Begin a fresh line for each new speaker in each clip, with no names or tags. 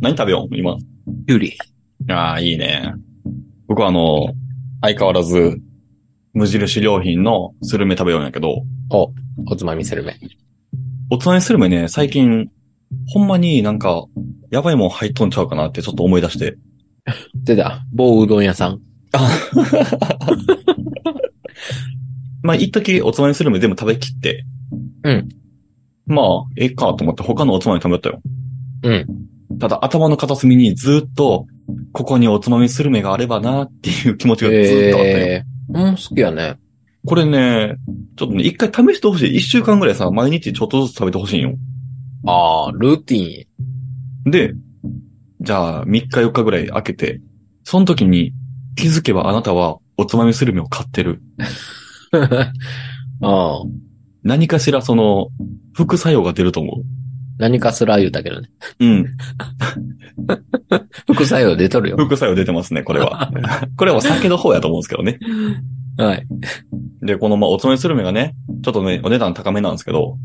何食べよう今。
キュウリ。
ああ、いいね。僕はあの、相変わらず、無印良品のスルメ食べようんやけど、
お、おつまみスルメ。
おつまみスルメね、最近、ほんまになんか、やばいもん入っとんちゃうかなってちょっと思い出して。
出た。某うどん屋さん。
まあ、一時おつまみスルメ全部食べきって。
うん。
まあ、ええかと思って他のおつまみ食べたよ。
うん。
ただ頭の片隅にずっと、ここにおつまみスルメがあればなっていう気持ちがずっとあったよ。
えー、うん、好きやね。
これね、ちょっとね、一回試してほしい。一週間ぐらいさ、毎日ちょっとずつ食べてほしいんよ。
ああ、ルーティン。
で、じゃあ、3日4日ぐらい開けて、その時に気づけばあなたはおつまみスルメを買ってる。
ああ、
何かしらその、副作用が出ると思
何かすら言うたけどね。
う。うん。
副作用出と るよ。
副作用出てますね、これ は。これはお酒の方やと思うんですけどね。
はい。
で、このまあ、おつまみスルメがね、ちょっとね、お値段高めなんですけど、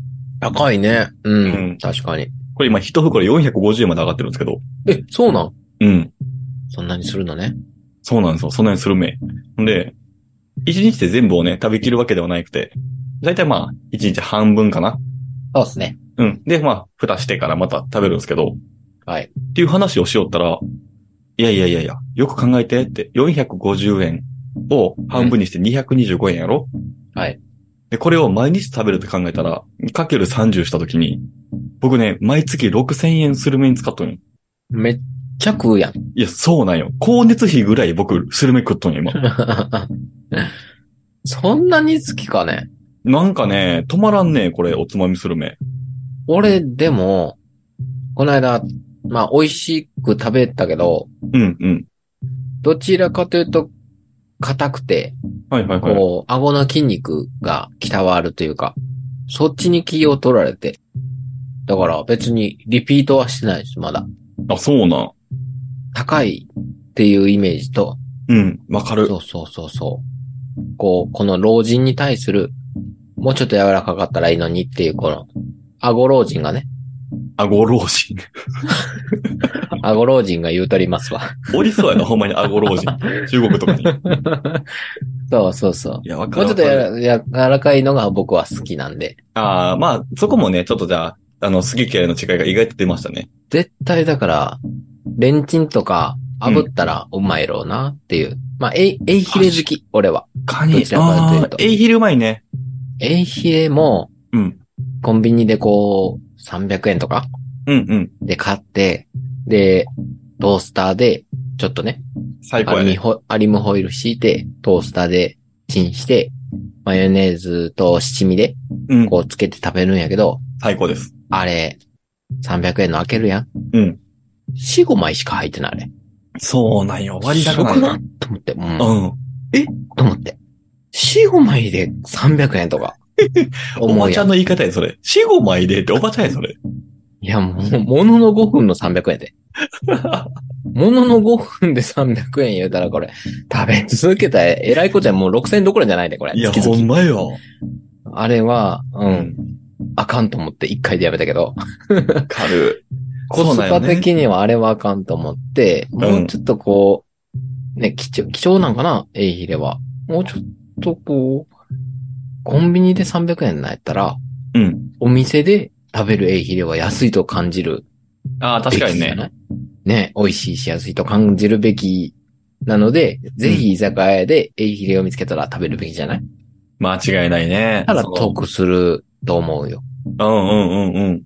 高いね。う
うん
ん、確かに。
これ今一袋450円まで上がってるんですけど、
え、そうなん
うん。
そんなにするのね。
そうなんですよ。そんなにするめ。んで、一日で全部をね、食べきるわけではなくて、だいたいまあ、一日半分かな。
そうですね。
うん。で、まあ、蓋してからまた食べるんですけど、
はい。
っていう話をしよったら、いやいやいやいや、よく考えてって、450円を半分にして225円やろ、
はい。
で、これを毎日食べるって考えたら、かける30したときに、僕ね、毎月6000円スルメに使っとんよ。
めっちゃ食うやん。
いや、そうなんよ。光熱費ぐらい僕、スルメ食っとんよ、今。
そんなに好きかね。
なんかね、止まらんね、これ、おつまみスルメ。
俺、でも、この間、まあ、美味しく食べたけど、
うん、うん。
どちらかというと、硬くて、
はいはいはい。
こう、顎の筋肉が鍛わるというか、そっちに気を取られて。だから別にリピートはしてないです、まだ。
あ、そうなん。
高いっていうイメージと、
うん、わかる。
そうそうそうそう。こう、この老人に対する、もうちょっと柔らかかったらいいのにっていう、この、顎老人がね、
顎老 人。
顎老人が言うとりま すわ。
おりそうやな、ほんまに顎老人。 中国とかに。い
そうそうそう。
や、わか
もう
る。
ちょっと
わかる
やら柔らかいのが僕は好きなんで。
ああ、まあ、そこもね、ちょっとじゃあ、あの、好き嫌いの違いが意外と出ましたね。
絶対だから、レンチンとか炙ったらうまいろうなっていう。まあ、えい、えいひれ好き、俺は。
カ
どちらかというと
エイヒルうまいね。
えいひれも、
うん。
コンビニでこう、300円とか
うんうん。
で買って、で、トースターで、ちょっとね、
最
ア
高や
ルミ
ね。
ホ、アルミホイル敷いて、トースターでチンして、マヨネーズと七味で、
うん。
こうつけて食べるんやけど、
最高です。
あれ、300円の開けるやん。
うん。
4、5枚しか入ってない、あれ。
そうなんよ。割高な
す
ん
ご
よ
くないと思って。うん
うん。
と思って。4、5枚で300円とか。
お
思
ば
う
ちゃ
や
ん
ん。
の言い方や、それ。死後前でっておばちゃんや、そ れ。
いや、もう、ものの5分の300円で。ものの5分で300円言うたらこれ、食べ続けたらえらいこっちゃもう6000どころじゃないで、これ。
いや、
月々
ほんまよ。
あれは、う、。
うん
あかんと思って1回でやめたけど、
わかる。
コス
そうな
パ
んよね
的にはあれはあかんと思って、もうちょっとこう、ね、貴重、貴重なんかな、エイヒレは。もうちょっとこう、コンビニで300円なんやったら、
うん。
お店で食べるエイヒレは安いと感じる。
ああ、確かにね。。
ね、美味しいし安いと感じるべきなので、ぜひ居酒屋でエイヒレを見つけたら食べるべきじゃない
間違いないね。
ただ
その
得すると思うよ。
うんうんうんうん。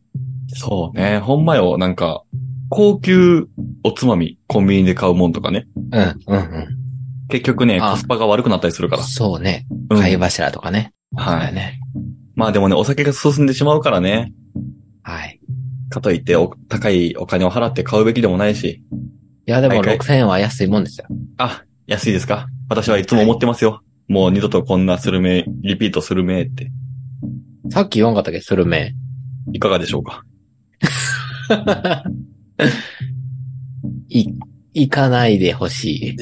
そうね。ほんまよ。なんか、高級おつまみ、コンビニで買うもんとかね。
うん、うん、う
結局ね、
あ
コスパが悪くなったりするか
ん。
ら。
そうね。
うん
貝柱とかね。そう
は
だよ
い。
ね。
まあでもね、お酒が進んでしまうからね。
はい。
かといってお、高いお金を払って買うべきでもないし。
いや、でも
はいはい
6000円は安いもんですよ。
あ、安いですか私はいつも思ってますよ。もう二度とこんなスルメ、リピートスルメって。
さっき言わんかったっけど、スルメ。
いかがでしょうか
い、行かないでほしい。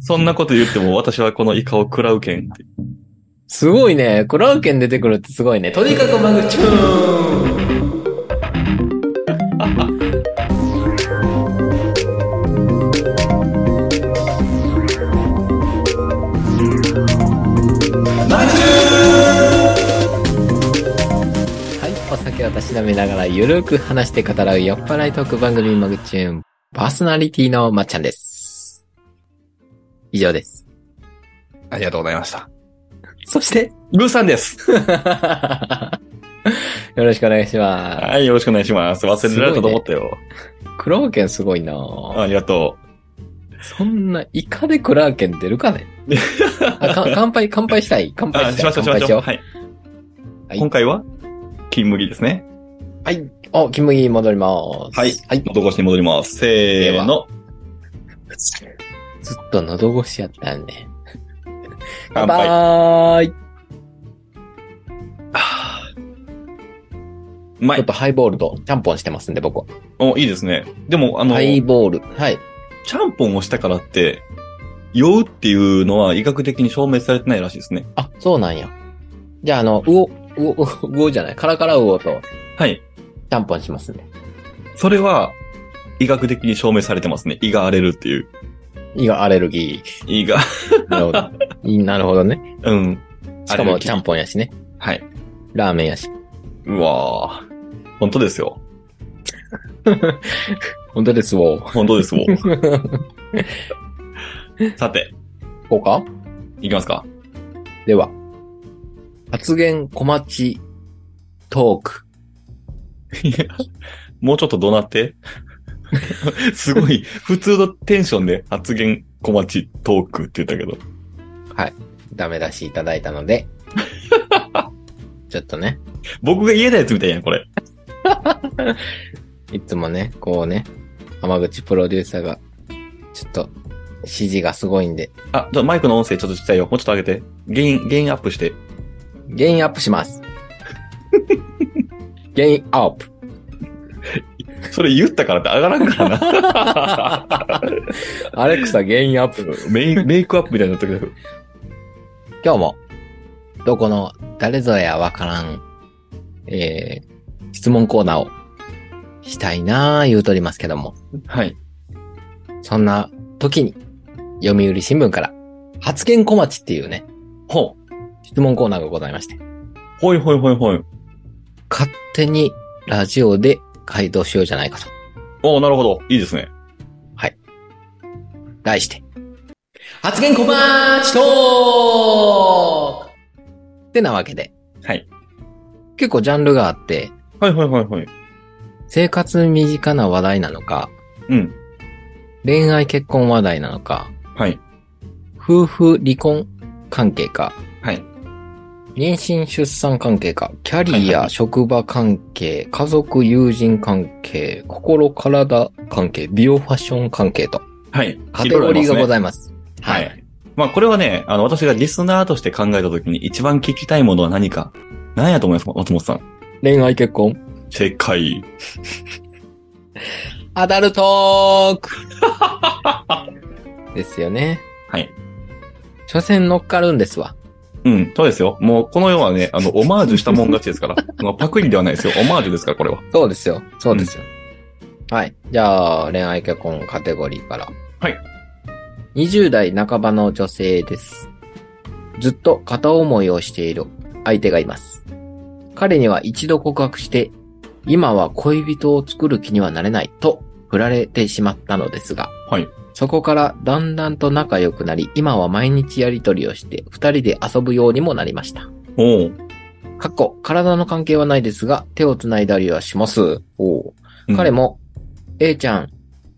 そんなこと言っても私はこのイカを食らうけんって。
すごいね。クラウケン出てくるってすごいね。とにかくマグチューンち飲みながらゆるく話して語らう酔っ払いトーク番組マグチューン、パーソナリティのまっちゃんです。以上です。
ありがとうございました。
そして、
グーさんです。
よろしくお願いします。
はい、よろしくお願いします。忘れられたと思ったよ。
クラーケンすごいな
あ
ぁ
りがと
そんな、イカでクラーケン出る かねあか乾杯、乾杯したい。乾
う。
杯
あ、
したい。
しましょう、しましょう。はい。
はい
今回は、金麦ですね。
乾杯しようはい。お、金麦戻ります。
はい
はい。
元越しに戻ります。せーの。
ずっと喉越しやったんで。
乾
バイ
杯。
バーイ。
うま
ちょっ
い。
とハイボールと、ちゃんぽんしてますんで、僕は。
お、いいですね。でも、あの、
ハイ
ち
ボール。は
ゃ
い。
んぽんをしたからって、酔うっていうのは医学的に証明されてないらしいですね。
あ、そうなんや。じゃあ、あの、うお、うお、うおじゃない。カラカラうおと、
はい。
ちゃんぽんしますんで。
それは、医学的に証明されてますね。胃が荒れるっていう。
胃がアレルギ
胃が、
ー。なるほど。いいなるほど ね。
うん。
しかも、ちゃ
ん。
んぽんやしね。
はい。
ラーメンやし。
うわー本当ですよ。
本当ですお。
本当ですも ん。さて、
こうか
いきますか。
では。発言小町トーク。
いやもうちょっと怒鳴って。すごい、普通のテンションで発言小町トークって言ったけど。
ダメ出しいただいたの で。ちょっとね。
僕が言えたやつみたいやん、これ。
いつもね、こうね、浜口プロデューサーが、ちょっと、指示がすごいんで、
あ、ちょ、マイクの音声ちょっとちっちゃいよ。もうちょっと上げて。ゲイン、ゲインアップして。
ゲインアップし ます。ゲインアッ プ。
それ言ったからって上がらんからな。
アレクサゲインアップ。
メイメイクアップみたいになったけど。
今日も、どこの誰ぞやわからん、えー、質問コーナーをしたいなー言うとりますけども、
はい。
そんな時に、読売新聞から、発言小町っていうね、
ほ
質問コーナーがございまして、
う。ほいほいほいほい。
勝手にラジオで回答しようじゃないかと。
おーなるほど。いいですね。
題して、発言小町トークってなわけで、
はい。
結構ジャンルがあって、
はいはいはいはい。
生活身近な話題なのか、
うん。
恋愛結婚話題なのか、
はい。
夫婦離婚関係か、
はい。
妊娠出産関係か、キャリ
はいは
ア、
い
職場関係、家族友人関係、心体関係、美容ファッション関係と、
はい。
カテゴリーがご
い
ざいます。
ますね。はい。まあこれはね、あの、私がリスナーとして考えたときに一番聞きたいものは何か。何やと思いますか松本さん。
恋愛結婚
正解。
アダルト ークですよね。
はい。
所詮乗っかるんですわ。
うん。そうですよ。もうこの世はね、あの、オマージュしたもん勝ちですから。 まあパクリではないですよ。オマージュですから、これは。
そうですよ。そうですよ。はい。じゃあ、恋愛結婚カテゴリーから。
はい。
20代半ばの女性です。ずっと片思いをしている相手がいます。彼には一度告白して、今は恋人を作る気にはなれないと振られてしまったのですが、
はい。
そこからだんだんと仲良くなり、今は毎日やりとりをして、二人で遊ぶようにもなりました。
おう
過去、体の関係はないですが、手を繋いだりはします。お
うん
彼。も、A ちゃん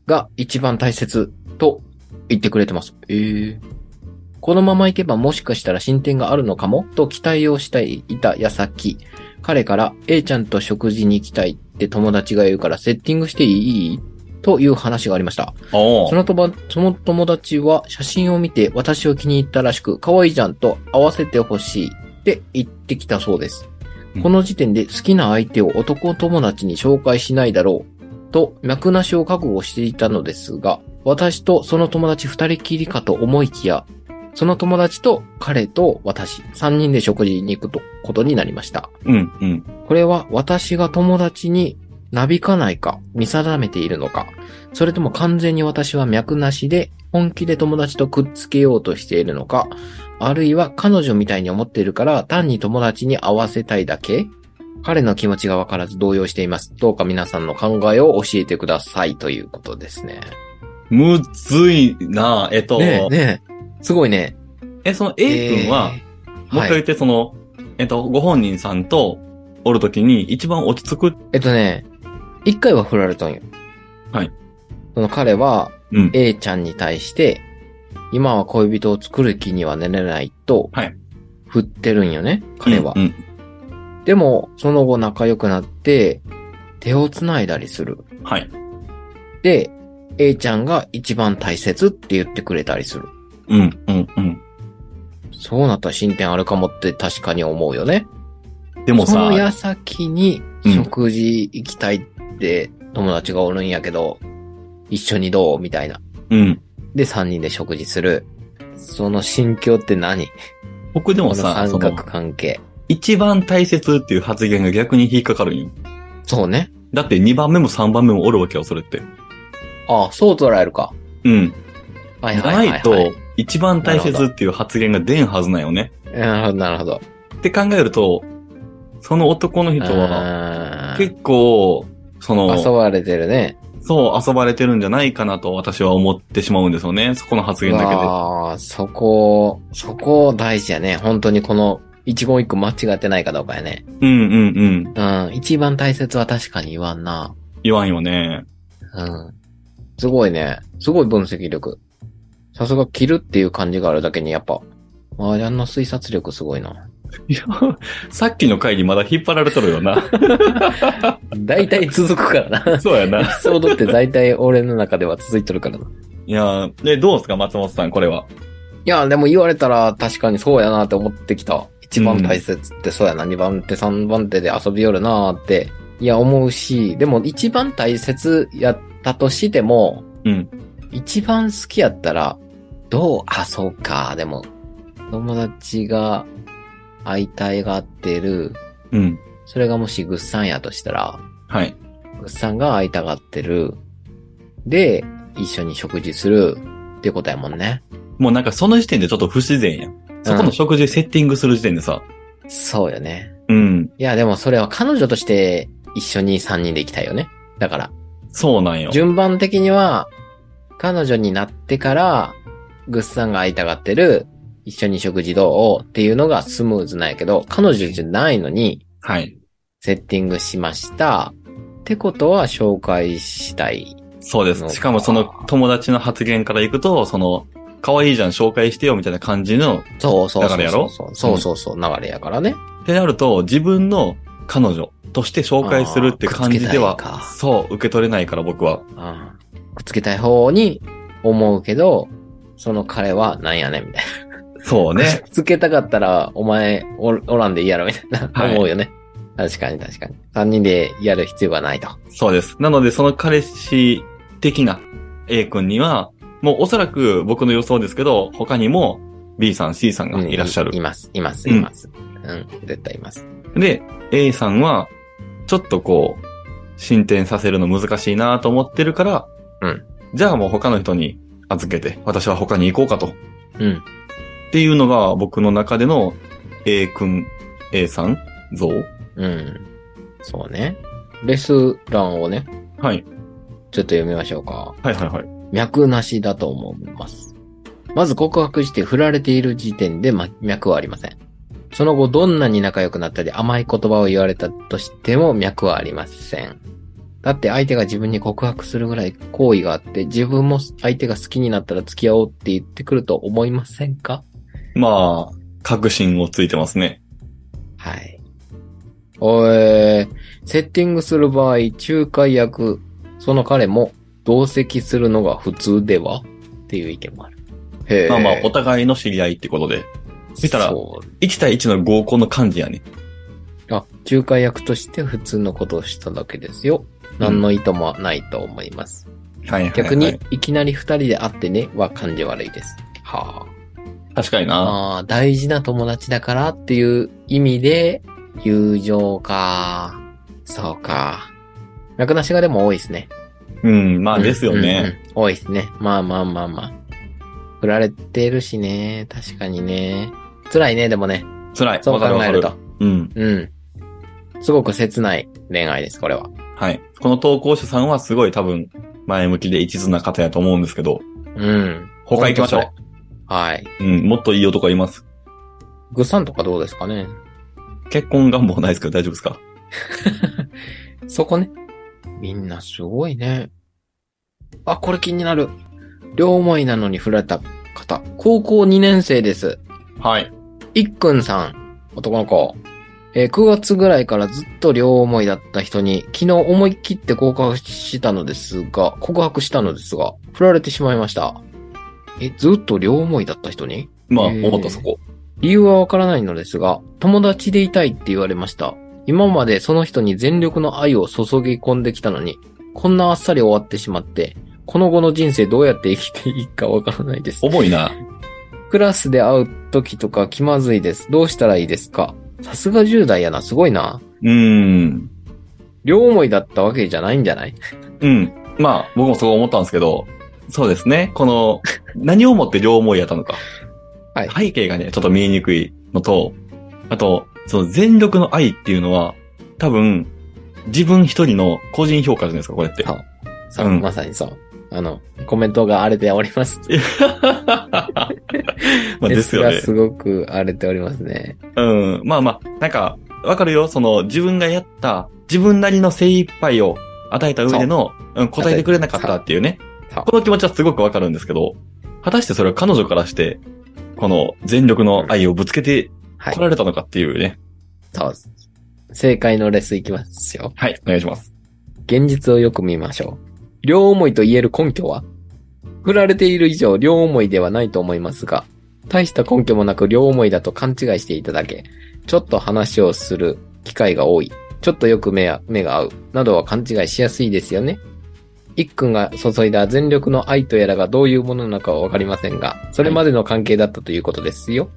が一番大切と言ってくれてます。えーこのままいけばもしかしたら進展があるのかもと期待をしていた矢先、彼から A ちゃんと食事に行きたいって友達が言うからセッティングしていいという話がありました。
お
そのとばその友達は写真を見て私を気に入ったらしく、可愛いじゃんと合わせてほしいって言ってきたそうです
う。ん
この時点で好きな相手を男友達に紹介しないだろうと脈なしを覚悟していたのですが、私とその友達二人きりかと思いきや、その友達と彼と私、三人で食事に行くとことになりました。
うん、うん。
これは私が友達になびかないか、見定めているのか、それとも完全に私は脈なしで、本気で友達とくっつけようとしているのか、あるいは彼女みたいに思っているから、単に友達に合わせたいだけ彼の気持ちがわからず動揺しています。どうか皆さんの考えを教えてくださいということですね。
むずいなえっと、
ねえ、ねえ。すごいね。
え、その A 君は、
え
もう
ー、
一回
は
言
い
って、その、えっと、ご本人さんとおるときに一番落ち着く。
えっとね、一回は振られたんよ。
はい。
その彼は、
うん
A ちゃんに対して、今は恋人を作る気にはなれないと
はい、
振ってるんよね、彼は
う。ん。
でも、その後仲良くなって、手を繋いだりする。
うんはい。
で、A ちゃんが一番大切って言ってくれたりする。
うん、うん、うん。
そうなったら進展あるかもって確かに思うよね。
でも
その
さ、
矢先に
うん
食事行きたいって友達がおるんやけど、一緒にどうみたいな。
うん。
で、三人で食事する。その心境って何
僕で
こ
も
の
さ、そ
三
の
角、関係。
一番大切っていう発言が逆に引っかかるんよ。
そうね。
だって2番目も3番目もおるわけよ、それって。
ああ、そう捉えるか。
うん。
はい
じゃ
はいはい、は
ない
い。
と、一番大
なるほ
切っていう発言が出んはずなんよね。
なるほど、なるほど。
って考えると、その男の人は、
あー
結構、その、
遊ばれてるね。
そう遊ばれてるんじゃないかなと私は思ってしまうんですよね。そこの発言だけで。
ああ、そこ、そこ大事やね。本当にこの一言一句間違ってないかどうかやね。
うんうんうん。
うん、一番大切は確かに言わんな。
言わんよね。
うん。すごいね。すごい分析力。さすが切るっていう感じがあるだけにやっぱ、マージャンの推察力すごいな。
いやさっきの回にまだ引っ張られとるよ な。
大体続くからな。
そうや
エ
な。
ピソードって大体俺の中では続いとるからな。い
いやで、どうですか松本さん、これは。
や、でも言われたら確かにそうやなって思ってきた。一番大切ってそうやな、二番手、三番手で遊びよるなーって、いや、思うし、でも一番大切やったとしても、
うん。
一番好きやったら、どう、あ、そうか、でも、友達が会いたいがってる、
うん。
それがもしグッさんやとしたら、
はい。
グッさんが会いたがってる。で、一緒に食事するってことやもんね。
もうなんかその時点でちょっと不自然やん。そこの食事セッティングする時点でさ。
そうよね。
うん。
いや、でもそれは彼女として一緒に3人で行きたいよね。だから、
そうなんよ。
順番的には、彼女になってから、グッさんが会いたがってる、一緒に食事どうっていうのがスムーズなんやけど、彼女じゃないのに、
はい。
セッティングしました。ってことは紹介したい。
そうです。しかもその友達の発言からいくと、その、可愛いじゃん、紹介してよ、みたいな感じの、
そうそうそうそう。
流れやろ
そうそうそう、流れやからね。
ってなると、自分の彼女として紹介するって感じで
あーくっつけたい
は
か、
そう、受け取れないから僕は。
ああくっつけたい方に思うけど、その彼はなんやねんみたい
そう
な。
ね。
くっつけたかったら、お前おおらんでいいやろみたいな、
はい
思うよね。確かに確かに。三人でやる必要はないと。
そうです。なので、その彼氏的な A 君には、もうおそらく僕の予想ですけど、他にも B さん、C さんが
うん
いらっしゃる
い。ます、います、
うん
います。うん、絶対います。
で、A さんは、ちょっとこう、進展させるの難しいなと思ってるから、
うん
じゃあもう他の人に預けて、私は他に行こうかと。っ
うん。
ていうのが僕の中での A 君、A さん像
うん。そうね。レスランをね、
はい。
ちょっと読みましょうか。
はいはいはい。
脈なしだと思います。まず告白して振られている時点でま脈はありません。その後どんなに仲良くなったり甘い言葉を言われたとしても脈はありません。だって相手が自分に告白するぐらい好意があって自分も相手が好きになったら付き合おうって言ってくると思いませんか
まあ、確信をついてますね。
はい。おえー、セッティングする場合、仲介役、その彼も同席するのが普通ではっていう意見もある。へえ。
まあまあ、お互いの知り合いってことで。見たら
そ
1対1の合コンの感じやね。
う。あ、仲介役として普通のことをしただけですよ。何の意図もないと思います。
はいはい、はい。
逆に、いきなり二人で会ってねは感じ悪いです。は
確かに
あ。
な。
ああー、大事な友達だからっていう意味で、友情か。そうか。楽なしがでも多いですね。
うん、まあ
うん
ですよ
うんう
ね。
ん多いですね。まあまあまあまあ。振られてるしね。確かにね。辛いね、でもね。
辛い。
そう
わか
考
るわ
え
か
る
る
と。
うん。
うん。すごく切ない恋愛です、これは。
はい。この投稿者さんはすごい多分前向きで一途な方やと思うんですけど、
うん。
他行きましょ
ほんとそれ。はい。
う。うん、もっといい男います。
グさんとかどうですかね
結婚願望ないですけど大丈夫ですか
そこね。みんなすごいね。あ、これ気になる。両思いなのに振られた方。高校2年生です。
はい。
いっくんさん、男の子。えー9月ぐらいからずっと両思いだった人に、昨日思い切って告白したのですが、告白したのですが、振られてしまいました。え、ずっと両思いだった人に
まあ、
へー
思ったそこ。
理由はわからないのですが、友達でいたいって言われました。今までその人に全力の愛を注ぎ込んできたのに、こんなあっさり終わってしまって、この後の人生どうやって生きていいかわからないです。
重いな。
クラスで会う時とか気まずいです。どうしたらいいですかさすが10代やな、すごいな。
うーん。
両思いだったわけじゃないんじゃない
うん。まあ、僕もそう思ったんですけど、そうですね。この、何をもって両思いやったのか。
はい
背景がね、ちょっと見えにくいのと、あと、その全力の愛っていうのは、多分、自分一人の個人評価じゃないですか、これって。
はそう、
うん
まさにそう。あの、コメントが荒れております。
まあ、ですよ
が
ね。
すごく荒れておりますね。
うん。まあまあ、なんか、わかるよ。その、自分がやった、自分なりの精一杯を与えた上での、うん、答えてくれなかったっていうね
そうそう。
この気持ちはすごくわかるんですけど、果たしてそれは彼女からして、この全力の愛をぶつけて
はい
来。られたのかっていうね。
そうです。正解のレスいきますよ。
はい、お願いします。
現実をよく見ましょう。両思いと言える根拠は振られている以上両思いではないと思いますが、大した根拠もなく両思いだと勘違いしていただけ、ちょっと話をする機会が多い、ちょっとよく目や目が合う、などは勘違いしやすいですよね。いっくんが注いだ全力の愛とやらがどういうものなのかはわかりませんが、それまでの関係だったということですよ。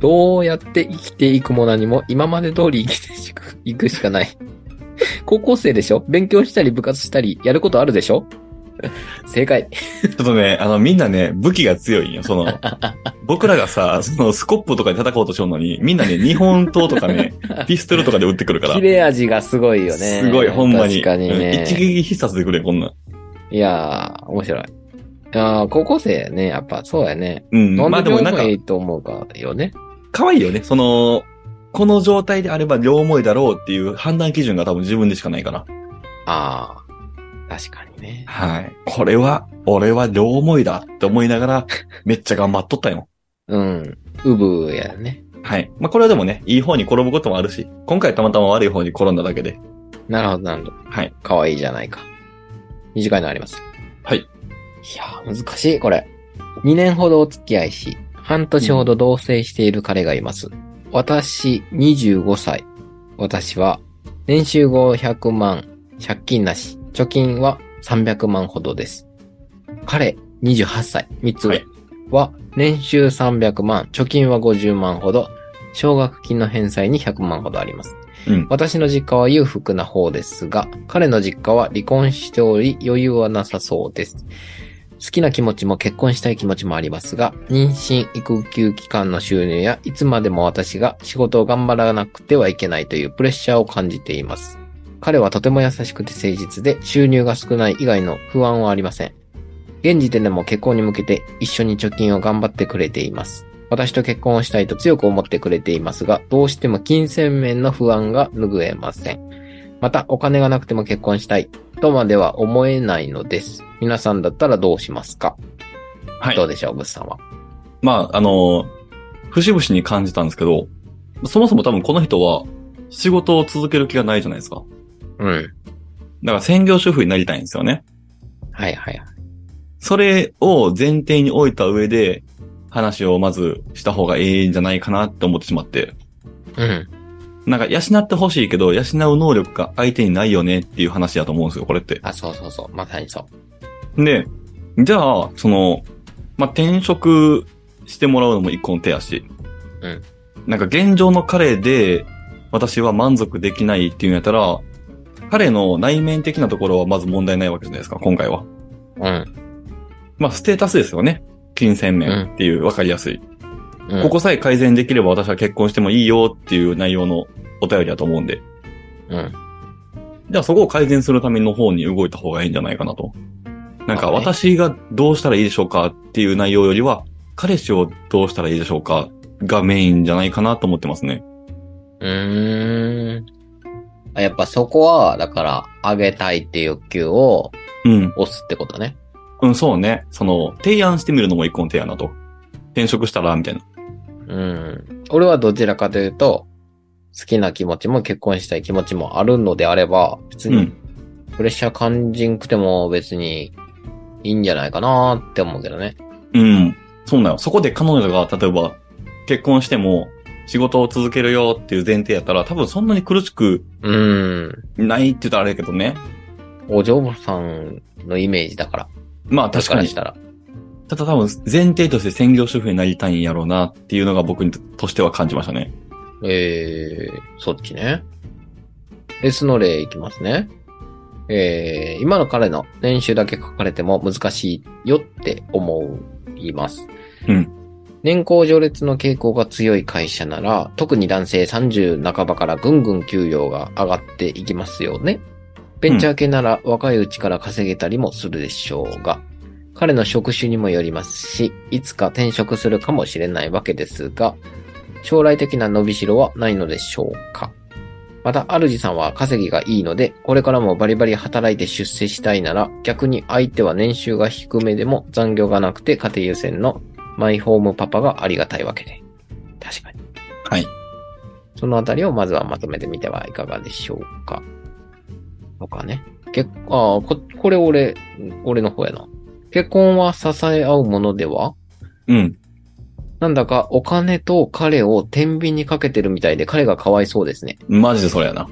どうやって生きていくも何も今まで通り生きていくしかない。高校生でしょ勉強したり部活したりやることある でしょ正解。
ちょっとね、あの、みんなね、武器が強いんよ。そ の、僕らがさ、その、スコップとかで叩こうとしようのに、みんなね、日本刀とか ね、ピストルとかで撃ってくるから。
切れ味がすごいよね。
すごい、ほんまに。
確かに
うん
ね。
一撃必殺でくれ、こんなん。
いやー、面白い。いやー高校生ね、やっぱそうやね。
うん。
な
まあ
ん
で
でも
もな
なん
か
い、いと思うかよね。
可愛いよね。その、この状態であれば両思いだろうっていう判断基準が多分自分でしかないから。
あー、確かにね。
はい。これは、俺は両思いだって思いなが ら、めっちゃ頑張っとったよ。
うん。うぶやね。
はい。まあ、これはでもね、いい方に転ぶこともあるし、今回たまたま悪い方に転んだだけで。
なるほど、なるほど。
はい。
かわいいじゃないか。短いのあります。
はい
いやー、難しい、これ。2年ほどお付き合いし、半年ほど同棲している彼がいます。私、25歳。私は、年収500万、借金なし、貯金は300万ほどです。彼、28歳、3つ上は、年収300万、貯金は50万ほど、奨学金の返済に100万ほどあります。
うん
私の実家は裕福な方ですが、彼の実家は離婚しており余裕はなさそうです。好きな気持ちも結婚したい気持ちもありますが、妊娠育休期間の収入やいつまでも私が仕事を頑張らなくてはいけないというプレッシャーを感じています。彼はとても優しくて誠実で収入が少ない以外の不安はありません。現時点でも結婚に向けて一緒に貯金を頑張ってくれています。私と結婚をしたいと強く思ってくれていますが、どうしても金銭面の不安が拭えません。また、お金がなくても結婚したいとまでは思えないのです。皆さんだったらどうしますか、
はい
どう。でしょう、ブスさんは。
まあ、あの節々に感じたんですけど、そもそも多分この人は、仕事を続ける気がないじゃないですか。
う
だ
ん。
から専業主婦になりたいんですよね。
はいはいはい。
それを前提に置いた上で、話をまずした方がいいんじゃないかなって思ってしまって。
うん。
なんか、養ってほしいけど、養う能力が相手にないよねっていう話だと思うんですよ、これって。
あ、そうそうそう。まさにそう。
で、じゃあ、その、まあ、転職してもらうのも一個の手足。
うん。
なんか、現状の彼で、私は満足できないっていうんやったら、彼の内面的なところはまず問題ないわけじゃないですか、今回は。
うん。
まあ、ステータスですよね。金銭面っていう、わかりやすい。
うん、
ここさえ改善できれば私は結婚してもいいよっていう内容のお便りだと思うんで。
うん。
じゃあそこを改善するための方に動いた方がいいんじゃないかなと。なんか
まあね
私がどうしたらいいでしょうかっていう内容よりは、彼氏をどうしたらいいでしょうかがメインじゃないかなと思ってますね。
うーん。あやっぱそこは、だから、あげたいっていう欲求を
うん。
押すってことね。
うん、そうね。その、提案してみるのも一個の提案だと。転職したらみたいな。
うん。俺はどちらかというと、好きな気持ちも結婚したい気持ちもあるのであれば、別
う
に
ん。
プレッシャー感じんくても別にいいんじゃないかなーって思うけどね。
うん。そうなの。そこで彼女が、例えば、結婚しても、仕事を続けるよっていう前提やったら、多分そんなに苦しく
うん。
ないって言ったらあれやけどね。
お嬢さんのイメージだから。
まあ確か
俺ら
に
し。たら。
ただ多分前提として専業主婦になりたいんやろうなっていうのが僕にとしては感じましたね。
えー、そっちね。で、スノレーいきますね。えー、今の彼の年収だけ書かれても難しいよって思います。
うん。
年功序列の傾向が強い会社なら、特に男性30半ばからぐんぐん給与が上がっていきますよね。ベンチャー系なら若いうちから稼げたりもするでしょうが、彼の職種にもよりますし、いつか転職するかもしれないわけですが、将来的な伸びしろはないのでしょうかまた、主さんは稼ぎがいいので、これからもバリバリ働いて出世したいなら、逆に相手は年収が低めでも残業がなくて家庭優先のマイホームパパがありがたいわけで。確かに。
はい。
そのあたりをまずはまとめてみてはいかがでしょうかとかね。結ああ、こ、これ俺、俺の方やな。結婚は支え合うものでは
うん。
なんだかお金と彼を天秤にかけてるみたいで彼がかわいそうですね。
マジでそれやな。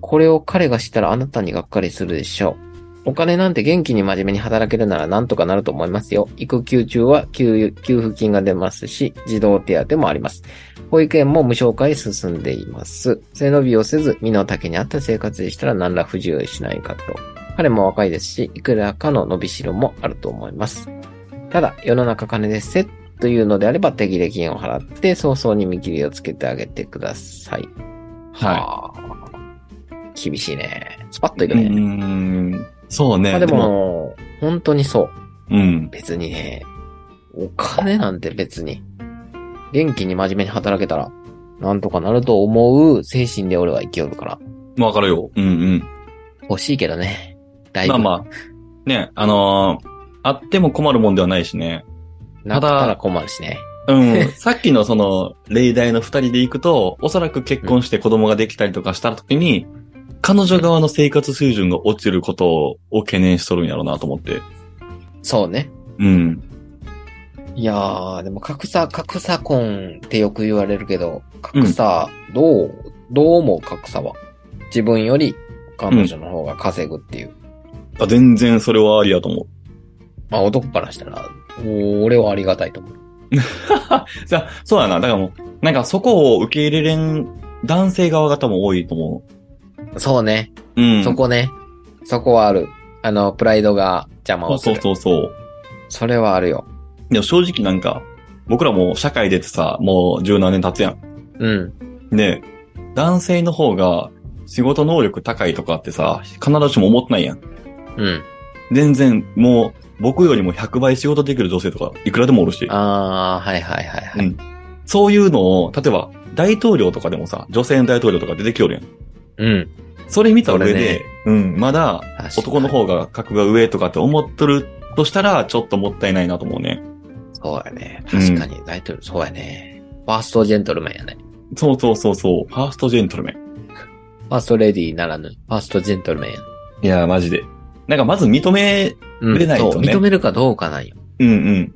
これを彼がしたらあなたにがっかりするでしょう。お金なんて元気に真面目に働けるならなんとかなると思いますよ。育休中は給与給付金が出ますし、児童手当もあります。保育園も無償化へ進んでいます。背伸びをせず、身の丈に合った生活でしたら何ら不自由しないかと。彼も若いですし、いくらかの伸びしろもあると思います。ただ、世の中金ですせというのであれば、手切れ金を払って早々に見切りをつけてあげてください。
は
あー厳しいね。スパッと
い。
いくね。
うーん。そうね。
まあでも、本当にそう。
でもうん。
別にね、お金なんて別に、元気に真面目に働けたら、なんとかなると思う精神で俺は生きよるから、
まあわかるよ。うんうん。
欲しいけどね。だい
ま
ぶ。
あまあ、ね、あのーあっても困るもんではないしね。
なかったら困るしね。
うん。さっきのその、例題の二人で行くと、おそらく結婚して子供ができたりとかした時に、彼女側の生活水準が落ちることを懸念しとるんやろうなと思って。
そうね。
うん。
いやー、でも格差、格差婚ってよく言われるけど、格差、どう、どう思う格差は。自分より彼女の方が稼ぐっていう。
あ全然それはありやと思う。
まあ男からしたら、おー俺はありがたいと思う。
じゃあ、そうやな。だからもう、なんかそこを受け入れれん男性側が多分多いと思
そうね。
う。うん。
そこね。そこはある。あの、プライドが邪魔
そ
を
う
する。
そうそうそう。
それはあるよ。
でも正直なんか、僕らも社会出てさ、もう十何年経つやん。
うん。
で、男性の方が仕事能力高いとかってさ、必ずしも思ってないやん。
うん。
全然、もう、僕よりも100倍仕事できる女性とか、いくらでもおるし。
あー、はいはいはいはい。
うんそういうのを、例えば、大統領とかでもさ、女性の大統領とか出てきよるやん。
うん。
それ見た上
それ
で、うん、まだ、
確かに
男の。方が格が上とかって思っとるとしたら、ちょっともったいないなと思うね。
そうやね。
うん
確かに、大統領、そうやね。ファーストジェントルマンやね。
そうそうそうそう。ファーストジェントルメン。
ファーストレディーならぬ、ファーストジェントルマンやね。
いやー、マジで。なんかまず認め、
うん、
出ないとね
そう認めるかどうかなんよ。
うんうん。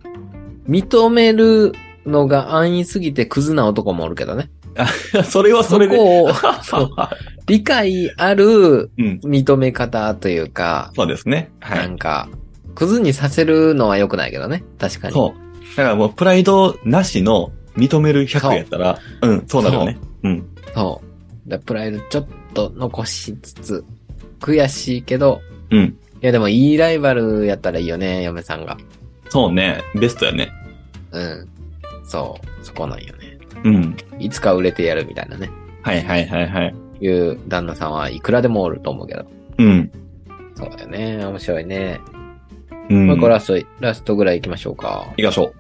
認めるのが安易すぎてクズな男もおるけどね。
それはそれで。
こを そう理解ある
うん。
認め方というか、
そうですね。は。
ないんか、クズにさせるのは良くないけどね。確かに。
そう。だからもう、プライドなしの認める100やったら、うん、そうなるよね。うん。
う。そう。だプライドちょっと残しつつ、悔しいけど、
うん。
いやでもいいライバルやったらいいよね、嫁さんが。
そうね。ベストやね。
うん。そう。そこなんよね。
うん。
いつか売れてやるみたいなね。
はいはいはいはい。
いう旦那さんはいくらでもおると思うけど。
うん。
そうだよね。面白いね。
うん。
もう一個ラスト、ラストぐらい行きましょうか。
行きましょ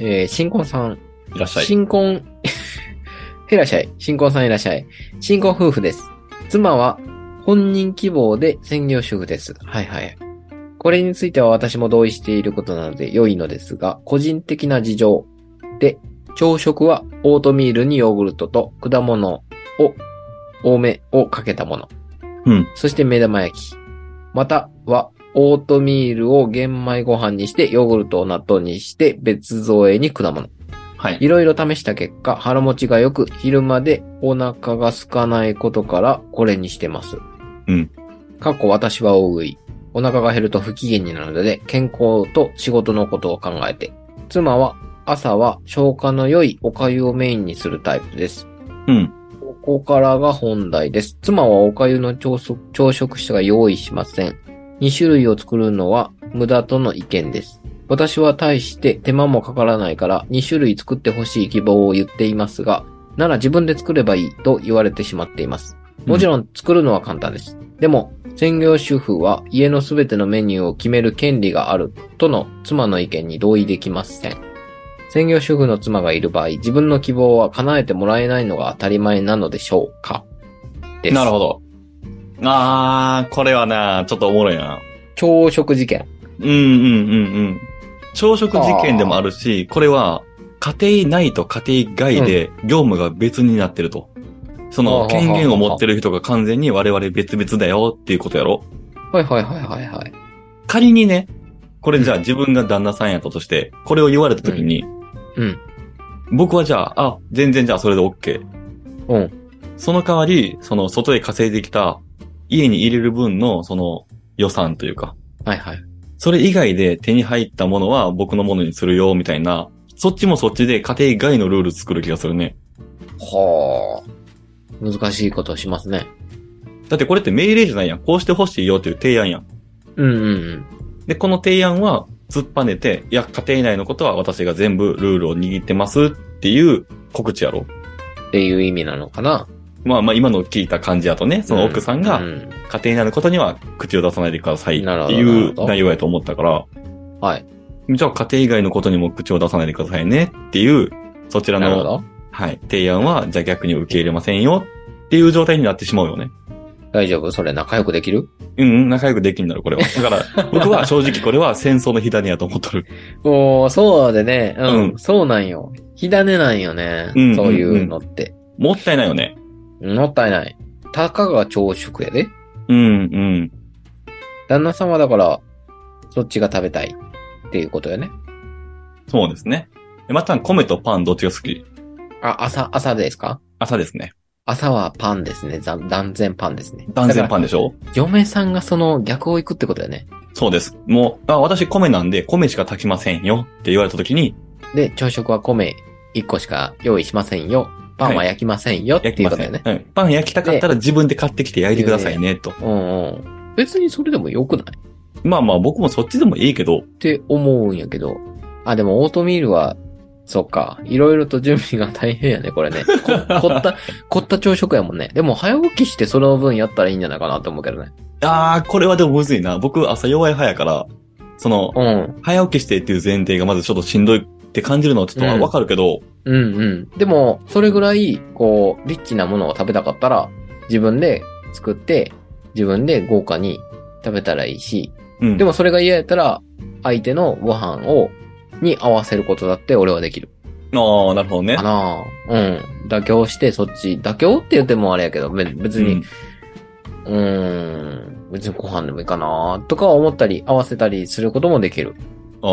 えー、新婚さん。
う。いらっしゃい。
新婚、 いらっしゃい。新婚さんいらっしゃい。新婚夫婦です。妻は本人希望で専業主婦です。はいはい。これについては私も同意していることなので良いのですが、個人的な事情で、朝食はオートミールにヨーグルトと果物を、多めをかけたもの。
うん。
そして目玉焼き。または、オートミールを玄米ご飯にして、ヨーグルトを納豆にして、別添えに果物。
はい。
いろいろ試した結果、腹持ちが良く、昼までお腹が空かないことから、これにしてます。
うん。
過去私は大食い。お腹が減ると不機嫌になるので、健康と仕事のことを考えて。妻は、朝は消化の良いお粥をメインにするタイプです。
うん。
ここからが本題です。妻はお粥の朝食朝食しか用意しません。2種類を作るのは無駄との意見です。私は対して手間もかからないから2種類作ってほしい希望を言っていますが、なら自分で作ればいいと言われてしまっています。もちろん作るのは簡単です。でも、専業主婦は家のすべてのメニューを決める権利があるとの妻の意見に同意できません。専業主婦の妻がいる場合、自分の希望は叶えてもらえないのが当たり前なのでしょうかです。
なる
ど。
ほど。あー、これはな、ちょっとおもろいな。
朝食事件。
うんうんうんうん。朝食事件でもあるし、これは家庭内と家庭外で業務が別になってると。その
あー
権限を持ってる人が完全に我々別々だよっていうことやろ。
はいはいはいはいはい。
仮にね、これじゃあ自分が旦那さんやったとして、これを言われた時に、
うん。
僕はじゃあ、あ、全然じゃあそれで OK。
うん。
その代わり、その外で稼いできた家に入れる分のその予算というか、
はいはい。
それ以外で手に入ったものは僕のものにするよ、みたいな。そっちもそっちで家庭外のルール作る気がするね。
はあ。難しいことをしますね。
だってこれって命令じゃないやん。こうしてほしいよっていう提案やん。
うんうんうん。
で、この提案は突っぱねて、いや、家庭内のことは私が全部ルールを握ってますっていう告知やろ。
っていう意味なのかな。
まあまあ今の聞いた感じやとね、その奥さん
う
が
ん
家庭内のことには口を出さないでくださいって
なるほど
い
なるほ
う
ど
内容やと思ったから、
はい。
じゃあ家庭以外のことにも口を出さないでくださいねっていう、そちら
なる
の
ほど。
はい。提案は、じゃあ逆に受け入れませんよっていう状態になってしまうよね。
大丈夫それ仲良くできる
うん、うん、仲良くできんなる、これは。だから、僕は正直これは戦争の火種やと思っとる。
おー、そうでね。うん。
うん
そうなんよ。火種なんよね。
うんうんうん
そういうのって。
もったいないよね。
もったいない。たかが朝食やで。
うん、うん。
旦那さんはだから、そっちが食べたいっていうことよね。
そうですね。えまっちゃん、米とパンどっちが好き
あ、朝、朝ですか
朝ですね。
朝はパンですね。ざん断然パンですね。
断然
ン。
パンでしょ
嫁さんがその逆を行くってことだよね。
そうです。もう、あ、私米なんで米しか炊きませんよって言われた時に、
で、朝食は米1個しか用意しませんよ。パンは焼きませんよって
焼き
いう
ま
こと
せん。
だよね。
うん。パン焼きたかったら自分で買ってきて焼いてくださいね、と。
うんうん。別にそれでも良くない
まあまあ、僕もそっちでもいいけど、
って思うんやけど。あ、でもオートミールは、そっか。いろいろと準備が大変やね、これね。 こ凝った、凝った朝食やもんね。でも早起きしてその分やったらいいんじゃないかなと思うけどね。
あー、これはでもむずいな。僕、朝弱い派やから、その、
うん。
早起きしてっていう前提がまずちょっとしんどいって感じるのはちょっとわかるけど、
うんうん。でも、それぐらい、こう、リッチなものを食べたかったら、自分で作って、自分で豪華に食べたらいいし、
うん。
でもそれが嫌やったら、相手のご飯を、に合わせることだって俺はできる。
ああ、なるほどね
か。なぁうん。妥協してそっち、妥協って言ってもあれやけど、べ別に、うーん、別にご飯でもいいかなぁとか思ったり、合わせたりすることもできる。
あ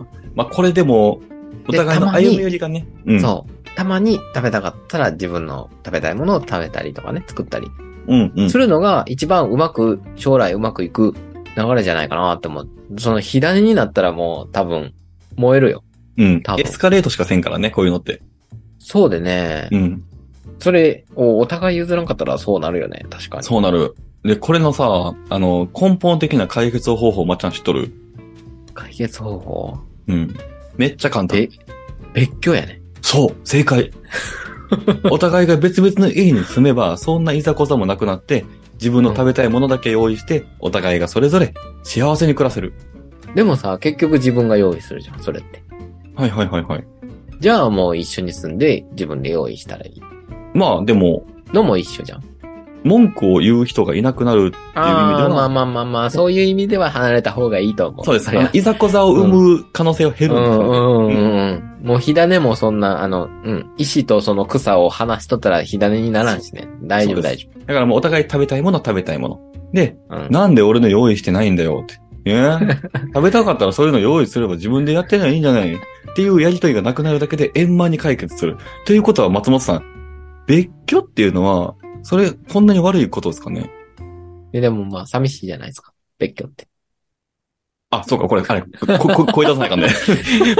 あ。まあ、これでも、お
で
互いの
たまに
歩み寄りがね。うん。
そう。たまに食べたかったら自分の食べたいものを食べたりとかね、作ったり
うん、うん。
するのが一番うまく、将来うまくいく流れじゃないかなって思う。その火種になったらもう多分燃えるよ。
うん
多。分
エスカレートしかせんからね、こういうのって。
そうでね。
うん。
それをお互い譲らんかったらそうなるよね、確かに。
そうなる。で、これのさ、あの、根本的な解決方法、まっちゃん知っとる
解決方法。
うん。めっちゃ簡単
え。別居やね。
そう、正解。お互いが別々の家に住めば、そんないざこざもなくなって、自分の食べたいものだけ用意して、お互いがそれぞれ幸せに暮らせる。
でもさ、結局自分が用意するじゃん、それって。
はいはいはいはい。
じゃあもう一緒に住んで自分で用意したらいい。
まあでも、
のも一緒じゃん。
文句を言う人がいなくなる。
あ
っていう意味では
ーまあまあまあまあ、そういう意味では離れた方がいいと思う。
そうです。
ね。
あのいざこざを生む可能性は減
う
るんです
ん
よね
うんうんうん。もう火種もそんな、あの、うん。石とその草を離しとったら火種にならんしね。大丈
そ
夫
うです
大丈夫。
だからもうお互い食べたいもの食べたいもの。で、
うん
なんで俺の用意してないんだよって。え ー食べたかったらそういうの用意すれば自分でやってないいんじゃないっていうやりとりがなくなるだけで円満に解決する。ということは松本さん、別居っていうのは、それ、こんなに悪いことですかね
えでもまあ、寂しいじゃないですか。別 居って。
あ、そうか、これ、あれ、こ、 こ、声出さなあかんね。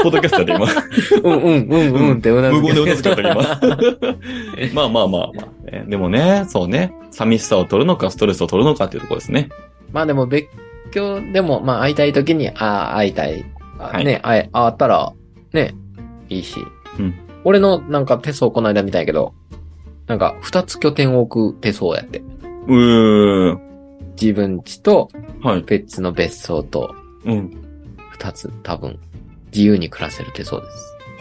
ポッドキャストで今、
うんうんうんうんってうなず
無言
け
でうなずけた 今。まあまあまあまあ、えーでもね、そうね、寂しさを取るのか、ストレスを取るのかっていうところですね。
まあでも別居でも、まあ会いたい時に、ああ、会いたい。あ
はい
ね、会え、会ったら、ね、いいし。
うん
俺のなんか手相この間見たんやけど、なんか二つ拠点を置く手相やって。
うーん。
自分家と
はい。
別の別荘と
うん。
二つ多分自由に暮らせる手相で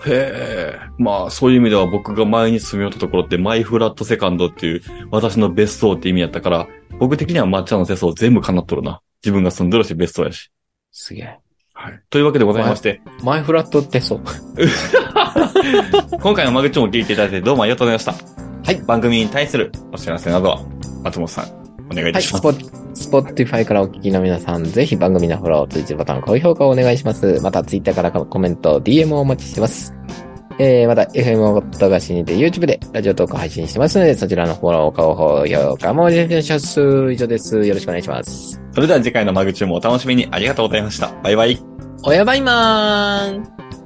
す。
へえ。まあ、そういう意味では僕が前に住み寄ったところって、マイフラットセカンドっていう、私の別荘って意味やったから、僕的には抹茶の世相全部叶っとるな。自分が住んでるし、別荘やし。
すげえ。
はい。というわけでございまして、
マイフラット手相。
今回のマグチョンを聞いていただいてどうもありがとうございました。
はい。
番組に対するお知らせなどは、松本さん、お願いい
は
た
い、
し
ス
ます。
ポ、スポティファイからお聞きの皆さん、ぜひ番組のフォロー、通知ボタン、高評価をお願いします。また、ツイッターからコメント、DM をお待ちしてます。えー、また、FM をごがしにて YouTube でラジオトーク配信してますので、そちらのフォロー、高評価もお願いします。以上です。よろしくお願いします。
それでは次回のマグチョンもお楽しみにありがとうございました。バイバイ。
おやばいまーん。